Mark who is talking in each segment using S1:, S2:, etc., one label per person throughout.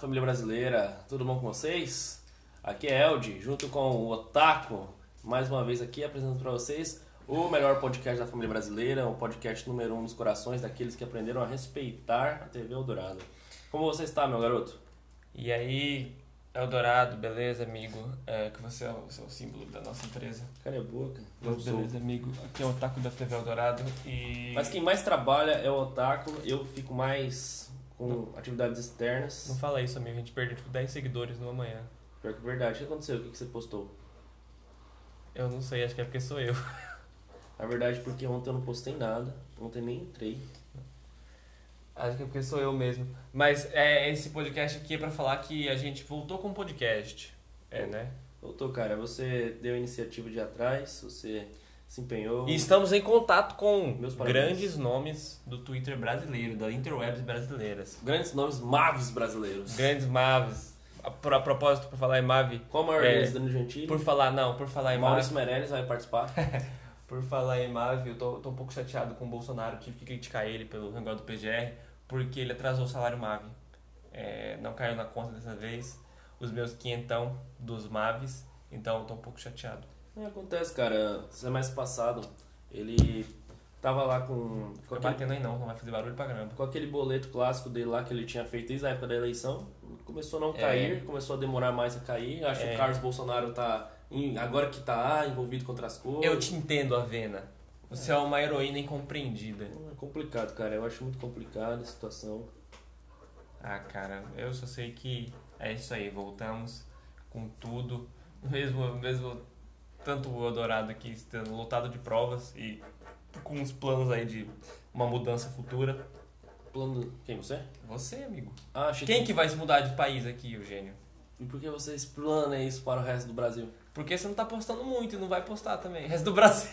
S1: família brasileira, tudo bom com vocês? Aqui é Eldi, junto com o Otaku, mais uma vez aqui apresentando para vocês o melhor podcast da família brasileira, o podcast número um dos corações daqueles que aprenderam a respeitar a TV Eldorado. Como você está, meu garoto?
S2: E aí, Eldorado, beleza, amigo? É, que você é o, você é o símbolo da nossa empresa.
S1: Cara, é boca.
S2: Beleza, amigo? Aqui é o Otaku da TV Eldorado e.
S1: Mas quem mais trabalha é o Otaku, eu fico mais com atividades
S2: Não
S1: externas.
S2: fala isso, amigo, a gente perdeu tipo 10 seguidores no amanhã.
S1: Pior que é verdade, o que aconteceu? O que que você postou?
S2: Eu não sei, acho que é porque sou eu.
S1: Na verdade, porque ontem eu não postei nada, ontem nem entrei.
S2: Acho que é porque sou eu mesmo. Mas é, esse podcast aqui é pra falar que a gente voltou com o podcast. É, né?
S1: Doutor, cara, você deu a iniciativa de ir atrás, você se empenhou.
S2: E estamos em contato com
S1: Meus parabéns.
S2: grandes nomes do Twitter brasileiro, da Interwebs brasileiras.
S1: Grandes nomes maves brasileiros.
S2: Grandes Maves. A, pro- a propósito, por falar em Mave.
S1: Qual a maior
S2: É.
S1: deles, Dano Gentili?
S2: Por falar, não, por falar em Mave.
S1: Maurício Meirelles vai participar.
S2: Por falar em Mave, eu tô, tô um pouco chateado com o Bolsonaro, tive que criticar ele pelo negócio do PGR, porque ele atrasou o salário Mave. É, não caiu na conta dessa vez, os meus quinhentão dos Maves, então eu tô um pouco chateado.
S1: É, acontece, cara. Semestre passado, ele tava lá com, com,
S2: Fica
S1: aquele,
S2: batendo aí não, não vai fazer barulho pra caramba.
S1: com aquele boleto clássico dele lá que ele tinha feito desde a época da eleição. Começou a não
S2: É.
S1: cair, começou a demorar mais a cair. Acho que
S2: É.
S1: o Carlos Bolsonaro tá, em- agora que tá ah, envolvido com outras coisas.
S2: Eu te entendo, Avena. Você é uma heroína incompreendida.
S1: É complicado, cara. Eu acho muito complicada a situação.
S2: Ah, cara, eu só sei que é isso aí, voltamos com tudo. Mesmo, mesmo tanto o Eldorado aqui estando lotado de provas e com os planos aí de uma mudança futura.
S1: Plano. Quem você?
S2: Você, amigo.
S1: Ah, achei
S2: Quem que vai se mudar de país aqui, Eugênio?
S1: E por que você explana isso para o resto do Brasil?
S2: Porque você não tá postando muito e não vai postar também. Resto do Brasil.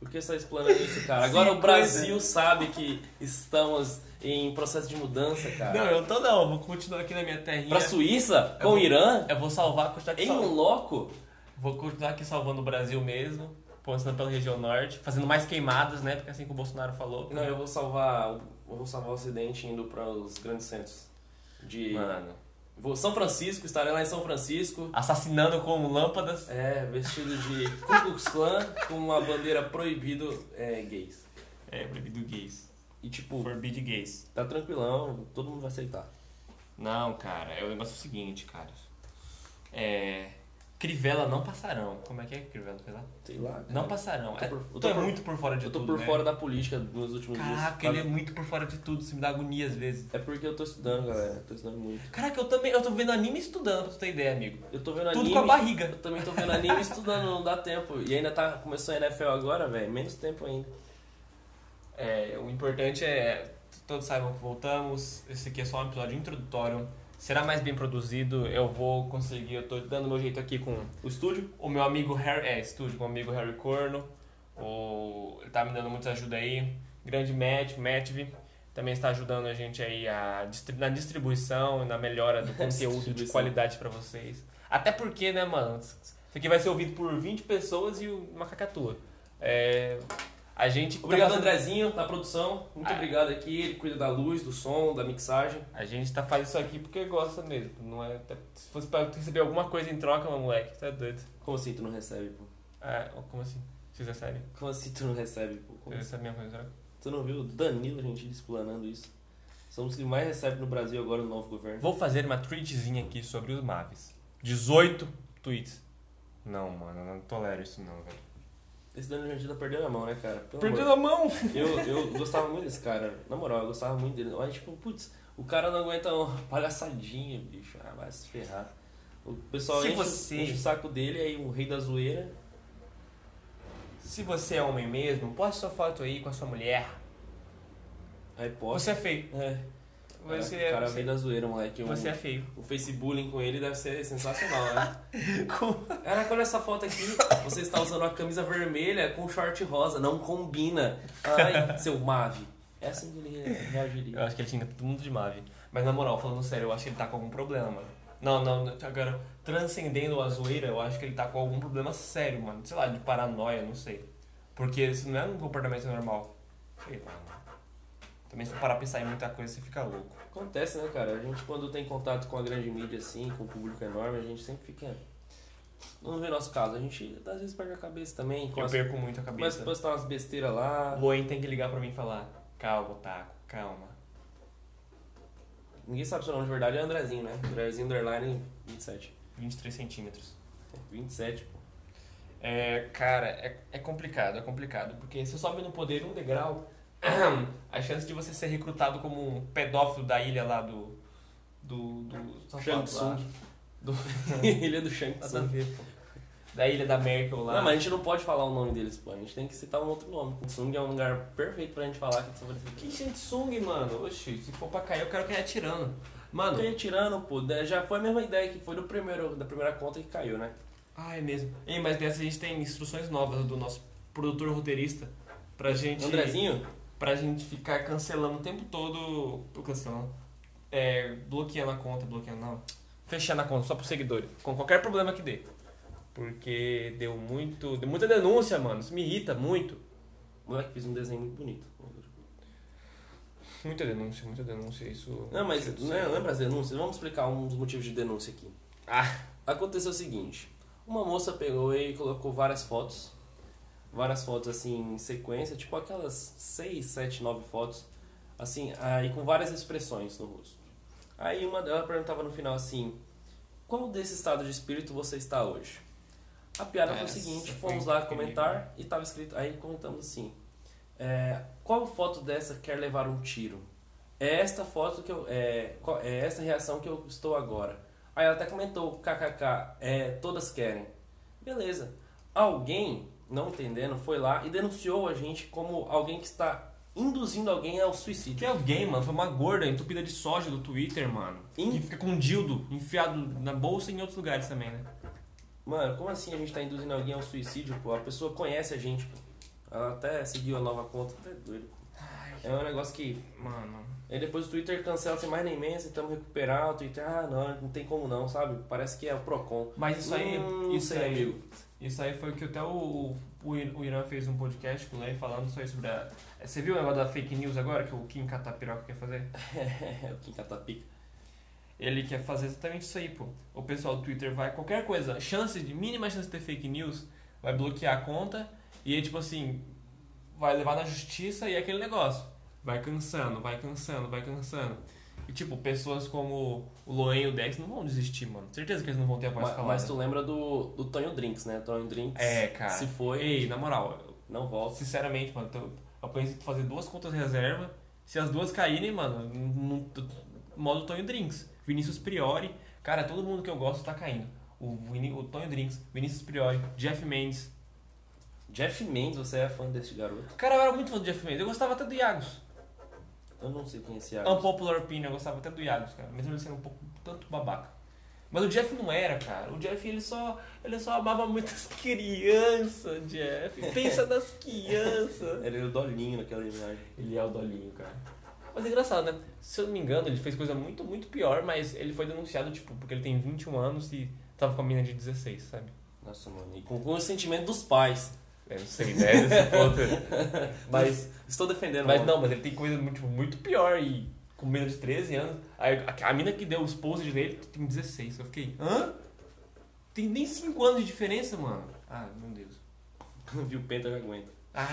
S1: Por que você está explanando isso, cara? Agora
S2: Sim,
S1: o Brasil sabe que estamos em processo de mudança,
S2: Não,
S1: cara.
S2: eu não tô não. Eu Vou continuar aqui na minha terrinha.
S1: Pra Suíça? Com
S2: vou-
S1: o Irã?
S2: Eu vou salvar, continuar aqui
S1: Em um
S2: salvando.
S1: loco?
S2: Vou continuar aqui salvando o Brasil mesmo. Postando pela região norte, fazendo mais queimadas, né? Porque assim que o Bolsonaro falou.
S1: Não, eu vou salvar, eu vou salvar o Ocidente indo para os grandes centros. De
S2: Mano.
S1: vou São Francisco, estarei lá em São Francisco.
S2: assassinando com lâmpadas.
S1: É, vestido de Ku Klux Klan com uma bandeira proibido é, gays.
S2: É, proibido gays.
S1: E tipo,
S2: Forbid gays.
S1: tá tranquilão, todo mundo vai aceitar.
S2: Não, cara, é o negócio é o seguinte, cara. É. Crivela não passarão. Como é que é que Crivela fez lá?
S1: Sei lá. cara.
S2: Não passarão.
S1: Eu tô
S2: É,
S1: por- eu
S2: tu
S1: tô
S2: é
S1: por-
S2: muito por fora de
S1: Eu
S2: tudo.
S1: tô por
S2: né?
S1: fora da política nos últimos dias. sabe?
S2: Caraca, ele é muito por fora de tudo. Isso me dá agonia às vezes.
S1: É porque eu tô estudando, galera. Tô estudando muito.
S2: Caraca, eu também. Eu tô vendo anime estudando, pra tu ter ideia, amigo.
S1: Eu tô vendo
S2: Tudo
S1: anime.
S2: com a barriga.
S1: Eu também tô vendo anime e estudando, não dá tempo. E ainda tá. Começou a NFL agora, velho. Menos tempo ainda.
S2: Tá É, o importante é. Todos saibam que voltamos. Esse aqui é só um episódio introdutório. Será mais bem produzido. Eu vou conseguir. Eu tô dando meu jeito aqui com
S1: O estúdio?
S2: O meu amigo Harry. É, estúdio com o amigo Harry Corno. O, ele tá me dando muita ajuda aí. Grande Matt, Matvi. Também está ajudando a gente aí a, distri- na distribuição e na melhora do conteúdo de
S1: Distribuição.
S2: qualidade pra vocês. Até porque, né, mano? Isso aqui vai ser ouvido por 20 pessoas e uma cacatua. É, a gente. tá
S1: Obrigado,
S2: fazendo-
S1: Andrezinho, da produção. Muito
S2: Ah.
S1: obrigado aqui. Ele cuida da luz, do som, da mixagem.
S2: A gente tá fazendo isso aqui porque gosta mesmo. Não é, até- se fosse pra receber alguma coisa em troca, meu moleque, tá doido.
S1: Como assim tu não recebe, pô?
S2: Ah, como assim? Vocês recebem?
S1: Como assim tu não recebe, pô? Como
S2: Vocês
S1: assim?
S2: recebem a coisa em troca?
S1: Tu não viu o Danilo Gentili explanando isso? Somos os que mais recebe no Brasil agora no novo governo.
S2: Vou fazer uma tweetzinha aqui sobre os Mavis. 18 tweets. Não, mano, eu não tolero isso não, velho.
S1: Esse Danilo Gentili tá perdendo a mão, né, cara? Pelo amor de
S2: Perdeu a mão!
S1: Eu, eu gostava muito desse cara, na moral, eu gostava muito dele. Mas, tipo, putz, o cara não aguenta uma palhaçadinha, bicho. Ah, vai se ferrar. O pessoal
S2: Se
S1: enche,
S2: você-
S1: enche o saco dele, aí o rei da zoeira.
S2: Se você é homem mesmo, poste sua foto aí com a sua mulher.
S1: Aí posta.
S2: Você é feio.
S1: É,
S2: Você
S1: o cara
S2: é,
S1: é o rei
S2: você,
S1: da zoeira, moleque. Um,
S2: você é feio.
S1: um facebooking com ele deve ser sensacional, né?
S2: Com-
S1: Caraca, olha essa foto aqui. Você está usando uma camisa vermelha com short rosa. Não combina. Ai, seu Mave. É assim que ele
S2: Eu
S1: reagiria.
S2: acho que ele tinha todo mundo de Mavi. Mas na moral, falando sério, eu acho que ele tá com algum problema, mano. Não, não, não, agora, transcendendo a zoeira, eu acho que ele tá com algum problema sério, mano. Sei lá, de paranoia, não sei. Porque isso não é um comportamento normal. Sei lá, mano. Também se for parar pra pensar em muita coisa, você fica louco.
S1: Acontece, né, cara? A gente, quando tem contato com a grande mídia, assim, com o público enorme, a gente sempre fica. Não vê nosso caso, a gente às vezes perde a cabeça também. Com
S2: Eu
S1: as...
S2: perco muito a
S1: Começa
S2: cabeça.
S1: a postar umas besteiras lá.
S2: Loen tem que ligar pra mim e falar: calma, Taco, calma.
S1: Ninguém sabe seu nome de verdade, é Andrezinho, né? Andrezinho Underline 27.
S2: 23 centímetros.
S1: 27, pô.
S2: É, cara, é, é complicado, é complicado. Porque se você sobe no poder um degrau, a chance de você ser recrutado como um pedófilo da ilha lá do. Do. do
S1: Shang
S2: safado lá.
S1: Tsung.
S2: Do,
S1: Ele é do Shang
S2: nada a
S1: Tsung.
S2: ver, pô. Da ilha da Merkel lá.
S1: Não, mas a gente não pode falar o nome deles, pô. A gente tem que citar um outro nome. Tsung é um lugar perfeito pra gente falar que sobre
S2: Que Shansung, mano? Oxi, se for pra cair, eu quero cair atirando. Mano,
S1: Mano, tirando, pô. né, Já foi a mesma ideia que foi do primeiro, da primeira conta que caiu, né?
S2: Ah, é mesmo. Ei, mas nessa a gente tem instruções novas do nosso produtor roteirista pra gente.
S1: Andrezinho?
S2: Pra gente ficar cancelando o tempo todo. Cancelando. É, bloqueando a conta, bloqueando não. Fechando a conta, só pros seguidores. Com qualquer problema que dê. Porque deu muito. Deu muita denúncia, mano. Isso me irrita muito.
S1: O moleque fez um desenho muito bonito.
S2: Muita denúncia, muita denúncia. Isso. é
S1: Não, mas
S2: Meu Deus do
S1: né,
S2: céu.
S1: lembra as denúncias? Vamos explicar uns motivos de denúncia aqui.
S2: Ah,
S1: Aconteceu o seguinte: uma moça pegou e colocou várias fotos, várias fotos assim em sequência, tipo aquelas 6, 7, 9 fotos, assim, aí com várias expressões no rosto. Aí uma dela perguntava no final assim: qual desse estado de espírito você está hoje? A piada foi o
S2: Essa
S1: seguinte:
S2: foi
S1: fomos lá
S2: incrível.
S1: comentar e tava escrito, aí comentamos assim: é, qual foto dessa quer levar um tiro? É esta foto que eu. É, qual- é esta reação que eu estou agora. Aí ela até comentou, kkk, é, todas querem. Beleza. Alguém, não entendendo, foi lá e denunciou a gente como alguém que está induzindo alguém ao
S2: que
S1: suicídio.
S2: alguém, mano. Foi uma gorda entupida de soja do Twitter, mano.
S1: Em-
S2: E fica com um dildo enfiado na bolsa e em outros lugares também, né?
S1: Mano, como assim a gente está induzindo alguém ao suicídio, pô? A pessoa conhece a gente, pô. Ela até seguiu a nova conta, até doido. É um negócio que.
S2: Mano.
S1: Aí depois o Twitter cancela sem mais nem menos, tentamos recuperar. O Twitter, ah, não, não tem como não, sabe? Parece que é o Procon.
S2: Mas isso aí,
S1: Hum,
S2: isso
S1: sei,
S2: aí,
S1: amigo.
S2: Isso aí foi o que até o, o, o Ir- o Irã fez um podcast com o Lei falando só sobre a. é, Você viu o negócio da fake news agora que o Kim Catapiroca quer fazer?
S1: É, o Kim Catapica.
S2: Ele quer fazer exatamente isso aí, pô. O pessoal do Twitter vai, qualquer coisa, chance de mínima chance de ter fake news, vai bloquear a conta e aí, tipo assim, vai levar na justiça e é aquele negócio. Vai cansando, vai cansando, vai cansando. E tipo, pessoas como o Loen e o Dex não vão desistir, mano. Certeza que eles não vão ter a voz
S1: Mas,
S2: falada.
S1: mas tu lembra do, do Tonho Drinks, né? Tonho Drinks.
S2: né? É, cara.
S1: Se foi,
S2: Ei, na moral,
S1: não
S2: Ó,
S1: volta.
S2: Sinceramente, mano, tô- eu penso em fazer duas contas reserva. Se as duas caírem, mano, no, modo Tonho Drinks. Vinícius Priori. Cara, todo mundo que eu gosto tá caindo. O, Vini, o Tonho Drinks, Vinícius Priori, Jeff Mendes.
S1: Jeff Mendes, você é fã desse garoto?
S2: Cara, eu era muito fã do Jeff Mendes. Eu gostava até do Iagos.
S1: Eu não sei quem é esse Iago.
S2: Unpopular Opinion, eu gostava até do Iagos, cara. Mesmo ele sendo um pouco tanto babaca. Mas o Jeff não era, cara. O Jeff, ele só, ele só amava muitas crianças, Jeff. Pensa nas crianças.
S1: Era é o Dolinho naquela imagem.
S2: Ele é o dolinho, cara. Mas é engraçado, né? Se eu não me engano, ele fez coisa muito, muito pior, mas ele foi denunciado, tipo, porque ele tem 21 anos e tava com a mina de 16, sabe?
S1: Nossa, mano. E com, com o sentimento dos pais.
S2: Eu não sei, né? Desse ponto. mas,
S1: Estou defendendo.
S2: mas
S1: mano.
S2: não, mas ele um tem coisa muito, tipo, muito pior e com menos de 13 anos. Aí, a, a mina que deu os poses dele tem 16. Eu fiquei, hã? Tem nem 5 anos de diferença, mano. Ah, meu Deus.
S1: Viu o Penta já aguenta.
S2: Ah,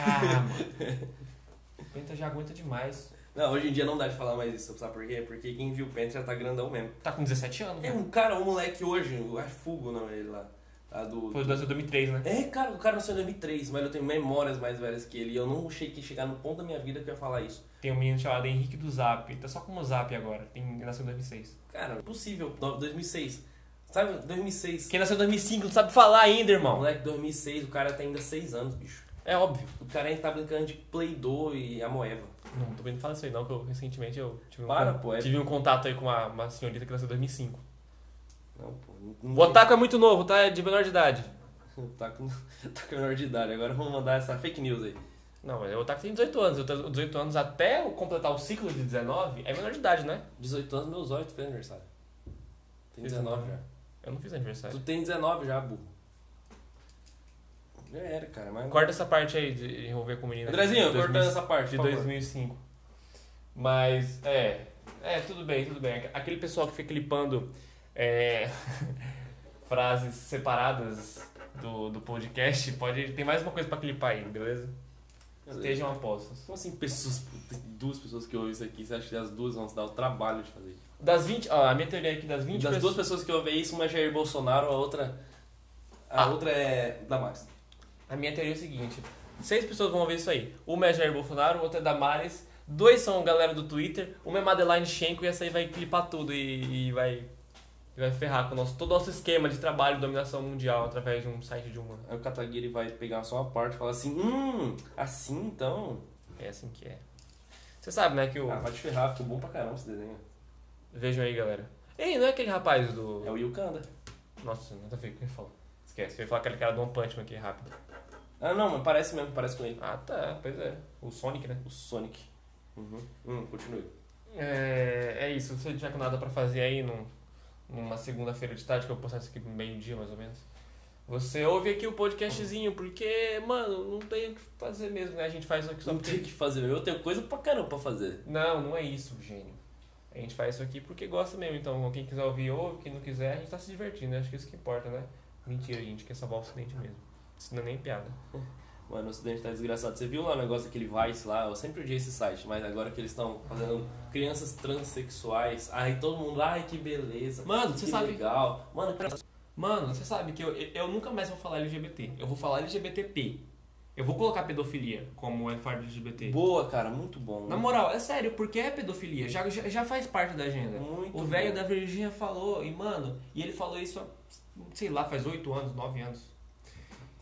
S2: mano. O Penta já aguenta demais.
S1: Não, hoje em dia não dá de falar mais isso. Sabe por quê? Porque quem viu o Penta já tá grandão mesmo.
S2: Tá com 17 anos,
S1: É
S2: né?
S1: um cara, um moleque hoje, o Arfugo, não, ele lá. Lá do.
S2: Foi o 2003, né?
S1: É, cara, o cara nasceu em 2003, mas eu tenho memórias mais velhas que ele. E eu não cheguei chegar no ponto da minha vida que eu ia falar isso.
S2: Tem um menino chamado Henrique do Zap, tá só como Zap agora, tem, ele nasceu em 2006.
S1: Cara, impossível. No- 2006. Sabe, 2006.
S2: Quem nasceu em 2005 não sabe falar ainda,
S1: O
S2: irmão. né?
S1: moleque 2006, o cara tem ainda 6 anos, bicho.
S2: É óbvio.
S1: O cara ainda tá brincando de Play Doh e a Moeva.
S2: Não, tô vendo falar isso aí não, que eu recentemente eu tive um,
S1: Para,
S2: con-
S1: pô, é-
S2: tive um contato aí com uma, uma senhorita que nasceu em 2005.
S1: Não, pô. Não,
S2: O Otaku é muito novo, tá? É de menor de idade.
S1: O Otaku tá com menor de idade. Agora vamos mandar essa fake news aí.
S2: Não, mas o Otaku tem 18 anos, eu tenho 18 anos até eu completar o ciclo de 19 é menor de idade, né?
S1: 18 anos, meus 8 fez aniversário. Tem 19 já.
S2: Eu não fiz
S1: Tu
S2: aniversário.
S1: tem 19 já, burro. Já era, cara. Mas...
S2: Corta essa parte aí de envolver com menina.
S1: Andrezinho, cortando essa parte,
S2: De
S1: por favor.
S2: 2005. Mas, é. É, tudo bem, tudo bem. Aquele pessoal que fica clipando é, frases separadas do, do podcast, pode. Tem mais uma coisa pra clipar aí, beleza? Estejam apostas.
S1: Como assim, pessoas, tem duas pessoas que ouvem isso aqui, você acha que as duas vão se dar o trabalho de fazer?
S2: Das 20. Ó, a minha teoria é que das 20
S1: das
S2: pessoas-
S1: duas pessoas que ouvem isso, uma é Jair Bolsonaro, a outra. A
S2: Ah.
S1: outra é da Max.
S2: A minha teoria é o seguinte: seis pessoas vão ver isso aí. Uma é Jair Bolsonaro, outra é Damares, dois são galera do Twitter, uma é Madeline Schenko e essa aí vai clipar tudo e, e vai. e vai ferrar com o nosso, todo o nosso esquema de trabalho e dominação mundial através de um site de uma.
S1: Aí o Kataguiri vai pegar só uma parte e falar assim: hum, assim então.
S2: É assim que é. Você sabe, né, que o.
S1: Ah, vai te ferrar, ficou bom pra caramba esse desenho.
S2: Vejam aí, galera. Ei, não é aquele rapaz do.
S1: É o Yukanda.
S2: Nossa, nada a ver com o que ele falou. Esquece, eu ia falar aquele cara do One Punch Man aqui rápido.
S1: Ah, não, mas parece mesmo, parece com ele.
S2: Ah, tá, pois é. O Sonic, né?
S1: O Sonic. Uhum. Hum, continue.
S2: É, é isso, se você tiver com nada pra fazer aí num- numa segunda-feira de tarde, que eu vou postar isso aqui no meio-dia mais ou menos. Você ouve aqui o podcastzinho, porque, mano, não tem o que fazer mesmo, né? A gente faz isso aqui só
S1: Não
S2: porque.
S1: tem o que fazer, eu tenho coisa pra caramba pra fazer.
S2: Não, não é isso, gênio. A gente faz isso aqui porque gosta mesmo, então quem quiser ouvir, ouve, quem não quiser, a gente tá se divertindo, né? acho que isso que importa, né? Mentira, a gente quer salvar o ocidente é mesmo. Isso não é nem piada.
S1: Mano, o Ocidente tá desgraçado. Você viu lá o negócio daquele Vice lá? Eu sempre odiei esse site, mas agora que eles estão fazendo crianças transexuais, aí todo mundo, ai que beleza.
S2: Mano,
S1: que
S2: você sabe-
S1: legal. Mano, pra-
S2: Mano, você sabe que eu, eu nunca mais vou falar LGBT. Eu vou falar LGBTP. Eu vou colocar pedofilia como é fardo LGBT.
S1: boa, cara, muito bom.
S2: Na moral, é sério, porque é pedofilia, já, já, já faz parte da agenda.
S1: Muito
S2: o velho
S1: bom.
S2: da Virgínia falou, e mano, e ele falou isso há, sei lá, faz 8 anos, 9 anos.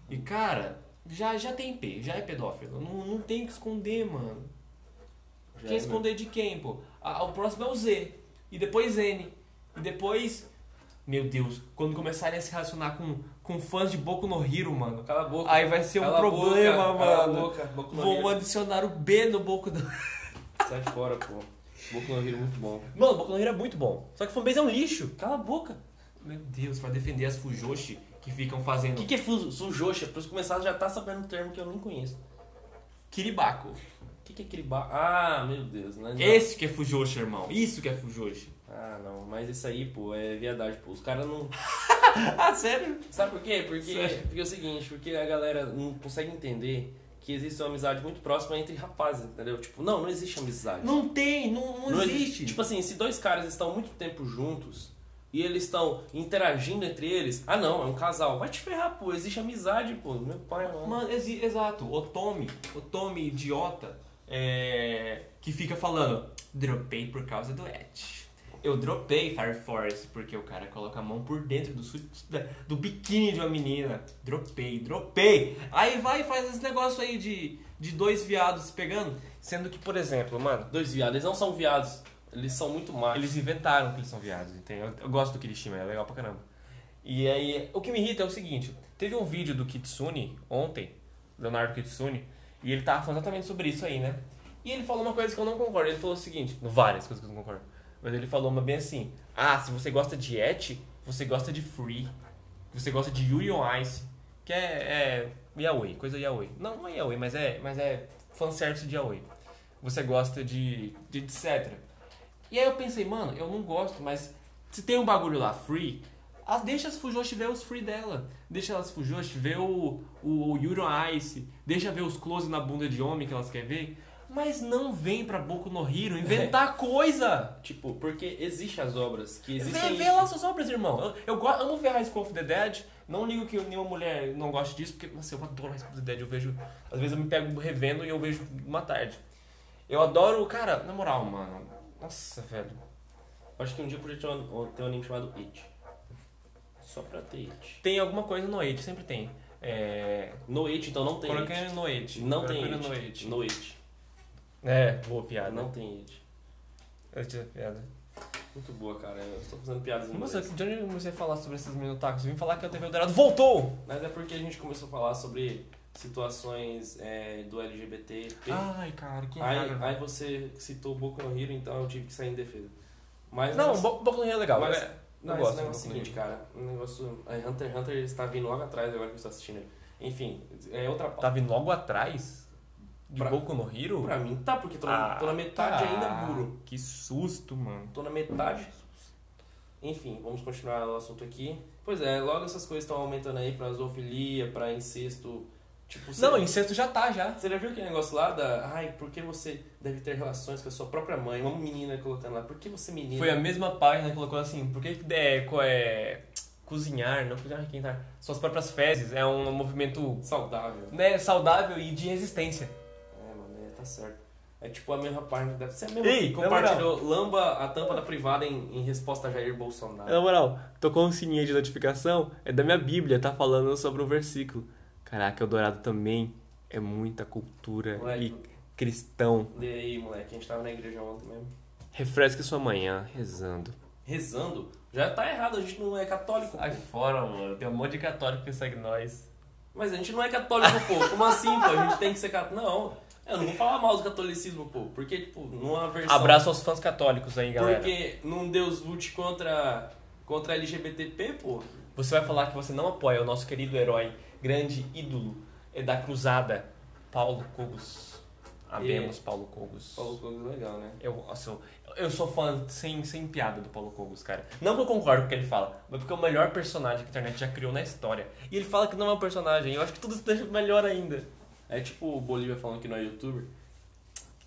S2: E cara, já, já tem P, já é pedófilo. Não, não tem que esconder, mano.
S1: Já
S2: Quer
S1: é,
S2: esconder de quem, pô? Ah, o próximo é o Z. E depois N. E depois. Meu Deus, quando começarem a se relacionar com, com fãs de Boku no Hero, mano.
S1: mano. Cala a boca.
S2: Aí vai ser um
S1: Cala a
S2: problema,
S1: boca, Cala a
S2: mano.
S1: boca. Boku no
S2: Vão
S1: Hero.
S2: adicionar o B no Boku no
S1: Sai fora, pô. Boku no Hero muito bom.
S2: Mano, Boku no Hero é muito bom. Só que fanbase é um lixo.
S1: Cala a boca.
S2: Meu Deus, pra defender as Fujoshi que ficam fazendo.
S1: O que, que é fuso? Sujoshi? Pra você começar, já tá sabendo um termo que eu nem conheço.
S2: Kiribako.
S1: O que, que é aquele ba... Ah, meu Deus, né? Não.
S2: Esse que é Fujoshi, irmão. Isso que é Fujoshi.
S1: Ah, não, mas isso aí, pô, é verdade, pô. Os caras não.
S2: ah, sério?
S1: Sabe por quê? Porque,
S2: Sério?
S1: porque é o seguinte, porque a galera não consegue entender que existe uma amizade muito próxima entre rapazes, entendeu? Tipo, não, não existe amizade.
S2: Não tem, não, não, existe.
S1: Tipo assim, se dois caras estão muito tempo juntos e eles estão interagindo entre eles, ah não, é um casal. Vai te ferrar, pô, existe amizade, pô. Meu pai, mano.
S2: Mano, exi- exato. Otome, Otome idiota, é, que fica falando, dropei por causa do Ed. Eu dropei Fire Force porque o cara coloca a mão por dentro do, sut- da- do biquíni de uma menina. Dropei, dropei. Aí vai e faz esse negócio aí de, de dois viados se pegando. Sendo que, por exemplo, mano,
S1: Dois viados, eles não são viados, eles são muito machos.
S2: eles inventaram que eles são viados, entendeu? Eu, eu gosto do Kirishima, é legal pra caramba. E aí, o que me irrita é o seguinte: teve um vídeo do Kitsune ontem, Leonardo Kitsune, e ele tava falando exatamente sobre isso aí, né? E ele falou uma coisa que eu não concordo. Ele falou o seguinte: várias coisas que eu não concordo. Mas ele falou uma bem assim: ah, se você gosta de et, você gosta de free, você gosta de Yuri on Ice, que é, é yaoi, coisa yaoi. Não, não é yaoi, mas é, mas é fanservice de yaoi. Você gosta de, de etc. E aí eu pensei, mano, eu não gosto, mas se tem um bagulho lá free, as, deixa as Fujoshi ver os free dela. Deixa elas Fujoshi ver o, o, o Yuri on Ice, deixa ver os close na bunda de homem que elas querem ver. Mas não vem pra Boku no Hero inventar coisa!
S1: Tipo, porque existem as obras que
S2: Vê,
S1: existem.
S2: vê lá suas obras, irmão. Eu, eu go- amo ver High School of the Dead. Não ligo que nenhuma mulher não goste disso, porque, nossa, eu adoro High School of the Dead. Eu vejo. Às vezes eu me pego revendo e eu vejo uma tarde. Eu adoro. Cara, na moral, mano. Nossa, velho.
S1: Acho que um dia podia ter um, ter um anime chamado It. Só pra ter It.
S2: Tem alguma coisa no Age, sempre tem. É.
S1: No It, então não tem It.
S2: Coloquei no Age.
S1: Não tem
S2: Coloquei no
S1: it.
S2: Age.
S1: No it. Ah,
S2: É, boa piada.
S1: Não tem it.
S2: Eu tinha piada.
S1: Muito boa, cara. Eu estou fazendo piadas em
S2: Nossa,
S1: inglês.
S2: de onde eu comecei a falar sobre esses minotacos? Eu vim falar que a TV Eldorado voltou!
S1: Mas é porque a gente começou a falar sobre situações é, do LGBT.
S2: Ai, cara, que
S1: aí,
S2: raiva.
S1: aí você citou Boku no Hero, então eu tive que sair em defesa. Mas
S2: Não,
S1: mas-
S2: Bo- Boku no Rio é legal.
S1: Mas-
S2: é-
S1: Não, esse
S2: eu
S1: negócio
S2: gosto
S1: é o
S2: do Boku no
S1: seguinte,
S2: Hero.
S1: cara. O negócio. é, Hunter x Hunter está vindo logo atrás agora que eu estou assistindo. Enfim, é outra pauta.
S2: Tá vindo logo Tá atrás? De
S1: Pra-
S2: Boku no Hero?
S1: Pra mim tá, porque tô na,
S2: Ah,
S1: tô na metade
S2: tá.
S1: ainda puro.
S2: Que susto, mano.
S1: Tô na metade. Enfim, vamos continuar o assunto aqui. Pois é, logo essas coisas estão aumentando aí pra zoofilia, pra incesto. Tipo,
S2: Não,
S1: você,
S2: incesto já tá, já.
S1: você já viu aquele negócio lá da. Ai, por que você deve ter relações com a sua própria mãe? Uma menina colocando lá, por que você menina?
S2: Foi a mesma página que colocou assim, por que que é, co- é, cozinhar, não cozinhar, quentar, suas próprias fezes é um movimento
S1: Saudável.
S2: né, saudável e de resistência.
S1: É, mano, é, tá certo. É tipo a mesma página, deve ser a mesma.
S2: Ei,
S1: compartilhou lamba a tampa da privada em, em resposta a Jair Bolsonaro.
S2: Na moral, tocou um sininho de notificação, é da minha Bíblia, tá falando sobre um versículo. Caraca, Eldorado também é muita cultura
S1: Moleque,
S2: cristão.
S1: lê aí, moleque, a gente tava na igreja ontem mesmo.
S2: Refresque sua manhã rezando.
S1: Rezando? Já tá errado, a gente não é católico.
S2: Sai
S1: pô.
S2: fora, mano. Tem um monte de católico que segue nós.
S1: Mas a gente não é católico, pô. Como assim, pô? A gente tem que ser católico. Não, eu não vou falar mal do catolicismo, pô. Porque, tipo, numa versão.
S2: Abraço aos fãs católicos aí, galera.
S1: Porque num Deus lute contra, contra LGBTP, pô.
S2: Você vai falar que você não apoia o nosso querido herói, grande ídolo é da cruzada, Paulo Cogos. Amemos Paulo Cogos.
S1: Falou coisa legal, né?
S2: Eu, nossa, eu, eu sou fã sem, sem piada do Paulo Cogos, cara. Não que eu concordo com o que ele fala, mas porque é o melhor personagem que a internet já criou na história. E ele fala que não é um personagem, eu acho que tudo isso deixa melhor ainda.
S1: É tipo o Bolívia falando que não é youtuber.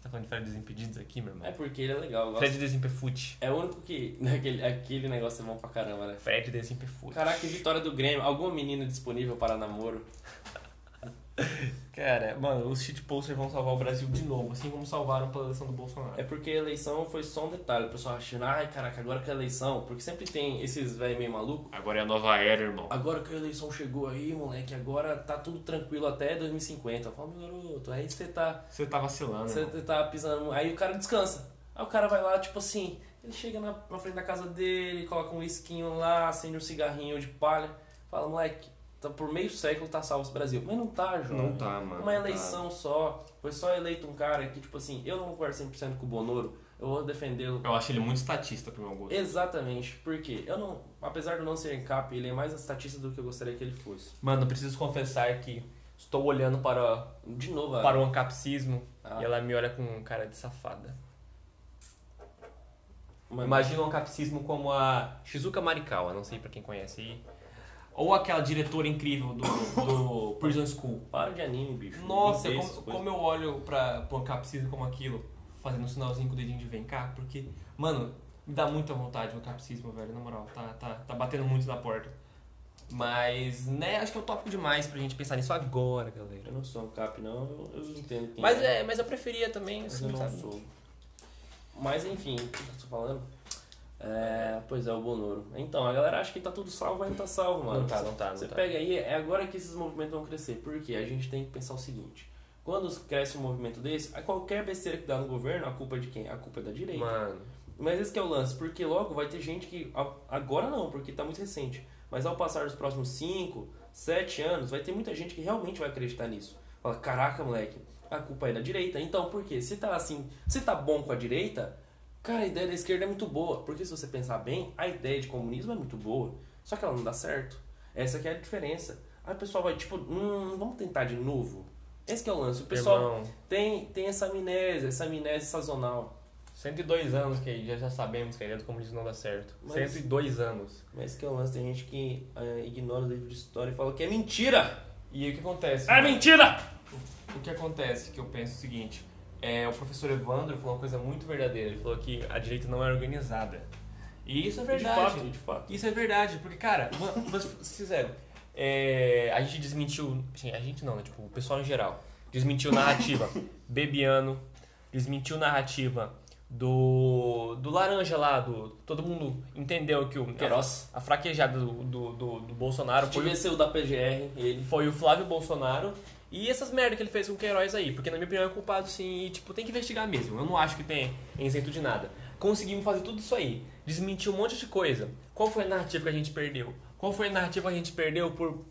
S2: Tá falando de Fred Desimpedidos aqui, meu irmão?
S1: É porque ele é legal, eu gosto
S2: Fred Desimpefute.
S1: É o único que. Aquele, aquele negócio é bom pra caramba, né?
S2: Fred Desimpefute.
S1: Caraca, que vitória do Grêmio. Alguma menina disponível para namoro?
S2: Cara, mano, os shit posters vão salvar o Brasil de novo, assim como salvaram pela eleição do Bolsonaro.
S1: É porque a eleição foi só um detalhe. O pessoal achando, ai caraca, agora que é a eleição. Porque sempre tem esses velho meio maluco.
S2: Agora é a nova era, irmão.
S1: Agora que a eleição chegou aí, moleque, agora tá tudo tranquilo até 2050. Eu falo, meu garoto, aí você tá,
S2: Você tá vacilando.
S1: você
S2: irmão.
S1: tá pisando. Aí o cara descansa. Aí o cara vai lá, tipo assim, ele chega na, na frente da casa dele, coloca um esquinho lá, acende um cigarrinho de palha. Fala, moleque, tá, por meio século tá salvo esse Brasil. Mas não tá, João.
S2: Não tá, mano.
S1: Uma
S2: não
S1: eleição só, foi só eleito um cara que, tipo assim, eu não concordo 100% com o Bonoro, eu vou defendê-lo.
S2: Tá. Eu acho ele muito estatista pro meu gosto.
S1: Exatamente, porque eu não, apesar de eu não ser cap, ele é mais estatista do que eu gostaria que ele fosse.
S2: Mano, eu preciso confessar que estou olhando para,
S1: De novo, a-
S2: para o ancapcismo
S1: Ah.
S2: e ela me olha com cara de safada.
S1: uma-
S2: Imagina o ancapcismo como a Shizuka Marikawa, não sei pra quem conhece aí. Ou aquela diretora incrível do, do Prison School.
S1: para de anime, bicho.
S2: Nossa,
S1: Não tem
S2: como,
S1: essas coisas.
S2: como eu olho pra, pro ancapcismo como aquilo, fazendo um sinalzinho com o dedinho de vem cá, porque, mano, me dá muita vontade o ancapcismo, velho, na moral, tá, tá, tá batendo muito na porta. Mas, né, acho que é um tópico demais pra gente pensar nisso agora, galera.
S1: Eu não sou um cap, não, eu, eu entendo quem
S2: Mas, é, mas eu preferia também,
S1: mas
S2: assim,
S1: eu não
S2: sabe?
S1: sou. Mas enfim, o que eu tô falando? É, pois é, o Bonoro. Então, a galera acha que tá tudo salvo, mas não tá salvo, mano.
S2: Não tá, não tá, não
S1: Você
S2: tá.
S1: pega aí, é agora que esses movimentos vão crescer. Por quê? A gente tem que pensar o seguinte. Quando cresce um movimento desse, a qualquer besteira que dá no governo, a culpa é de quem? A culpa é da direita.
S2: Mano,
S1: Mas esse que é o lance, porque logo vai ter gente que. a- Agora não, porque tá muito recente. Mas ao passar dos próximos 5, 7 anos, vai ter muita gente que realmente vai acreditar nisso. Fala, caraca, moleque, a culpa é da direita. Então, por quê? Se tá assim, se tá bom com a direita, cara, a ideia da esquerda é muito boa. Porque se você pensar bem, a ideia de comunismo é muito boa. Só que ela não dá certo. Essa que é a diferença. Aí o pessoal vai, tipo, hum, vamos tentar de novo. Esse que é o lance. O pessoal
S2: irmão,
S1: tem, tem essa amnésia, essa amnésia sazonal.
S2: 102 anos que já, já sabemos que a ideia do comunismo não dá certo.
S1: Mas-
S2: 102 anos.
S1: Mas que é o lance, tem gente que eh, ignora o livro de história e fala que é mentira!
S2: E aí o que acontece?
S1: É
S2: mano?
S1: mentira!
S2: O que acontece que eu penso o seguinte, é, o professor Evandro falou uma coisa muito verdadeira, ele falou que a direita não é organizada. E isso é verdade.
S1: De fato, de fato.
S2: Isso é verdade, porque, cara, mano, vocês fizeram. É, a gente desmentiu. assim, A gente não, né? Tipo, o pessoal em geral. Desmentiu narrativa. Bebiano. Desmentiu narrativa do. Do laranja lá, do. Todo mundo entendeu que o.
S1: Queiroz.
S2: A, fraquejada do, do, do, do Bolsonaro foi o
S1: Devia ser o da PGR, ele.
S2: foi o Flávio Bolsonaro e essas merda que ele fez com o Queiroz aí, porque na minha opinião é culpado sim, e tipo, tem que investigar mesmo. Eu não acho que tem isento de nada. Conseguimos fazer tudo isso aí, desmentir um monte de coisa. Qual foi a narrativa que a gente perdeu? Qual foi a narrativa que a gente perdeu por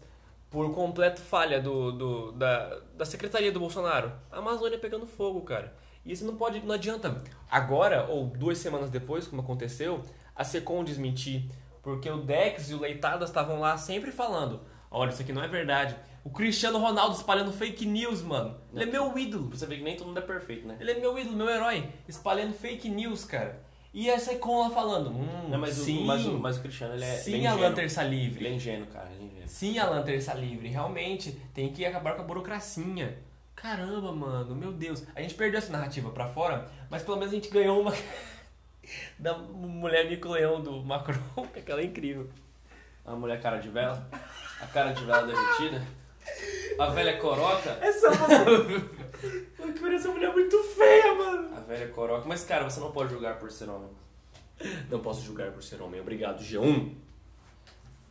S2: por completo falha do, do- da, da secretaria do Bolsonaro. A Amazônia pegando fogo, cara. E isso não pode, não adianta. Agora, ou duas semanas depois, como aconteceu, a SECOM desmentir. Porque o Dex e o Leitadas estavam lá sempre falando: olha, isso aqui não é verdade. O Cristiano Ronaldo espalhando fake news, mano. Ele é meu ídolo.
S1: Pra você ver que nem todo mundo é perfeito, né?
S2: Ele é meu ídolo, meu herói. Espalhando fake news, cara. E essa icona falando. Hum,
S1: Não, mas,
S2: sim,
S1: o, mas, o, mas o Cristiano, ele é. ele é
S2: sim,
S1: ingênuo.
S2: Alan Terça
S1: Ele é
S2: Livre.
S1: ingênuo, cara. Ele é ingênuo.
S2: Sim, Alan Terça Livre. Realmente, tem que acabar com a burocracinha. Caramba, mano, meu Deus. A gente perdeu essa narrativa pra fora, mas pelo menos a gente ganhou uma. da mulher mico-leão do Macron, que ela é incrível.
S1: A mulher cara de vela. A cara de vela derretida. A velha coroca.
S2: Essa é mulher. Pô, que parece essa mulher é muito feia, mano.
S1: A velha coroca. Mas, cara, você não pode julgar por ser homem.
S2: Não posso julgar por ser homem. Obrigado, G1.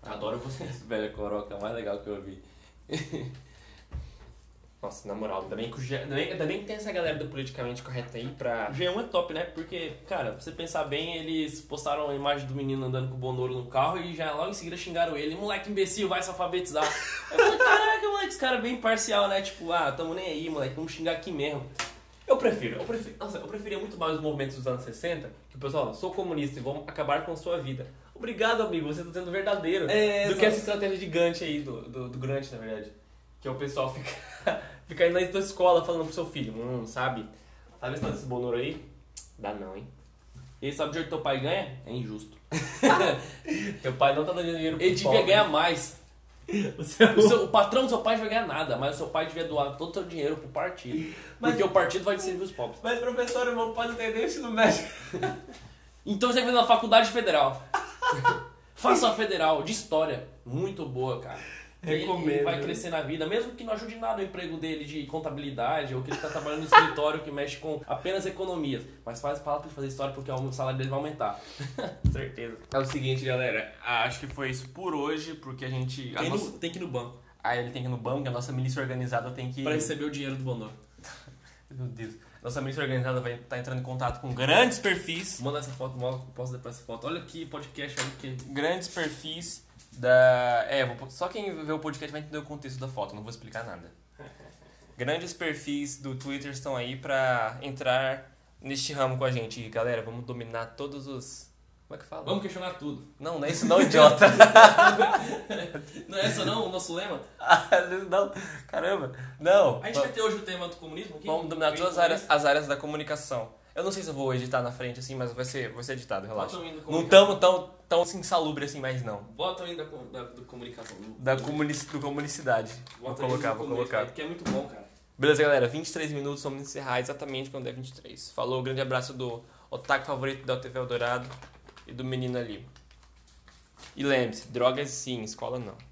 S2: Adoro vocês.
S1: Velha coroca, é a mais legal que eu vi.
S2: Nossa, na moral, ainda bem que, o G... ainda bem, ainda bem que tem essa galera do politicamente correta aí
S1: O
S2: pra.
S1: G1 é top, né? Porque, cara, pra você pensar bem, eles postaram a imagem do menino andando com o Bonoro no carro e já logo em seguida xingaram ele. Moleque imbecil, vai se alfabetizar. Eu falei, caraca, moleque, esse cara é bem parcial, né? Tipo, ah, tamo nem aí, moleque, vamos xingar aqui mesmo.
S2: Eu prefiro, eu prefiro. Nossa, eu preferia muito mais os movimentos dos anos 60, que o pessoal, sou comunista e vou acabar com a sua vida. Obrigado, amigo, você tá sendo verdadeiro.
S1: É,
S2: do
S1: exato.
S2: que essa estratégia de Gant aí, do, do, do Grant, na verdade. Que é o pessoal ficar fica indo na tua escola falando pro seu filho, hum, sabe? Sabe esse lance desse bonoro aí? Dá não, hein?
S1: E aí, sabe de onde teu pai ganha? É injusto.
S2: Teu pai não tá dando dinheiro pro
S1: Ele devia
S2: pobre.
S1: ganhar mais.
S2: O seu-
S1: O, seu- o patrão do seu pai não vai ganhar nada, mas o seu pai devia doar todo o seu dinheiro pro partido.
S2: Mas-
S1: Porque o partido vai distribuir os pobres.
S2: Mas, professor, eu não posso entender o ensino médio.
S1: Então você vai fazer na faculdade federal. Faça a federal de história. Muito boa, cara. E ele
S2: Recomendo.
S1: vai crescer na vida, mesmo que não ajude em nada o emprego dele de contabilidade ou que ele tá trabalhando no escritório que mexe com apenas economias. Mas faz, fala pra ele fazer história porque o salário dele vai aumentar. Certeza.
S2: É o seguinte, galera. Acho que foi isso por hoje, porque a gente. A
S1: Tem,
S2: nossa...
S1: no, tem que ir no banco
S2: Ah, ele tem que ir no banco, a nossa milícia organizada tem que.
S1: pra receber o dinheiro do Bonor.
S2: Meu Deus. Nossa milícia organizada vai estar entrando em contato com grandes perfis.
S1: Manda essa foto, manda- posso depois essa foto. Olha que podcast, olha que
S2: Grandes perfis da. É, vou- só quem vê o podcast vai entender o contexto da foto, não vou explicar nada. Grandes perfis do Twitter estão aí pra entrar neste ramo com a gente. E, galera, vamos dominar todos os. Como é que fala?
S1: Vamos questionar tudo.
S2: Não, não é isso não, idiota.
S1: Não é essa não o nosso lema?
S2: Ah, não, caramba. Não.
S1: A gente vai ter hoje o tema do comunismo aqui?
S2: Vamos dominar todas
S1: Comunismo.
S2: as áreas, as áreas da comunicação. Eu não sei se eu vou editar na frente assim, mas vai ser, vai ser editado, relaxa.
S1: Bota o hino da
S2: Não
S1: comunicação.
S2: tamo tão, tão assim, insalubre assim mais não.
S1: Bota o hino da, com- da, do comunicação.
S2: Da comuni do comunicidade. Vou
S1: Bota o hino
S2: colocar,
S1: do
S2: vou
S1: comunismo,
S2: colocar.
S1: Que é muito bom, cara.
S2: Beleza, galera. 23 minutos, vamos encerrar exatamente quando é der 23. Falou, grande abraço do otaku favorito da TV Eldorado e do menino ali. E lembre-se, drogas sim, escola não.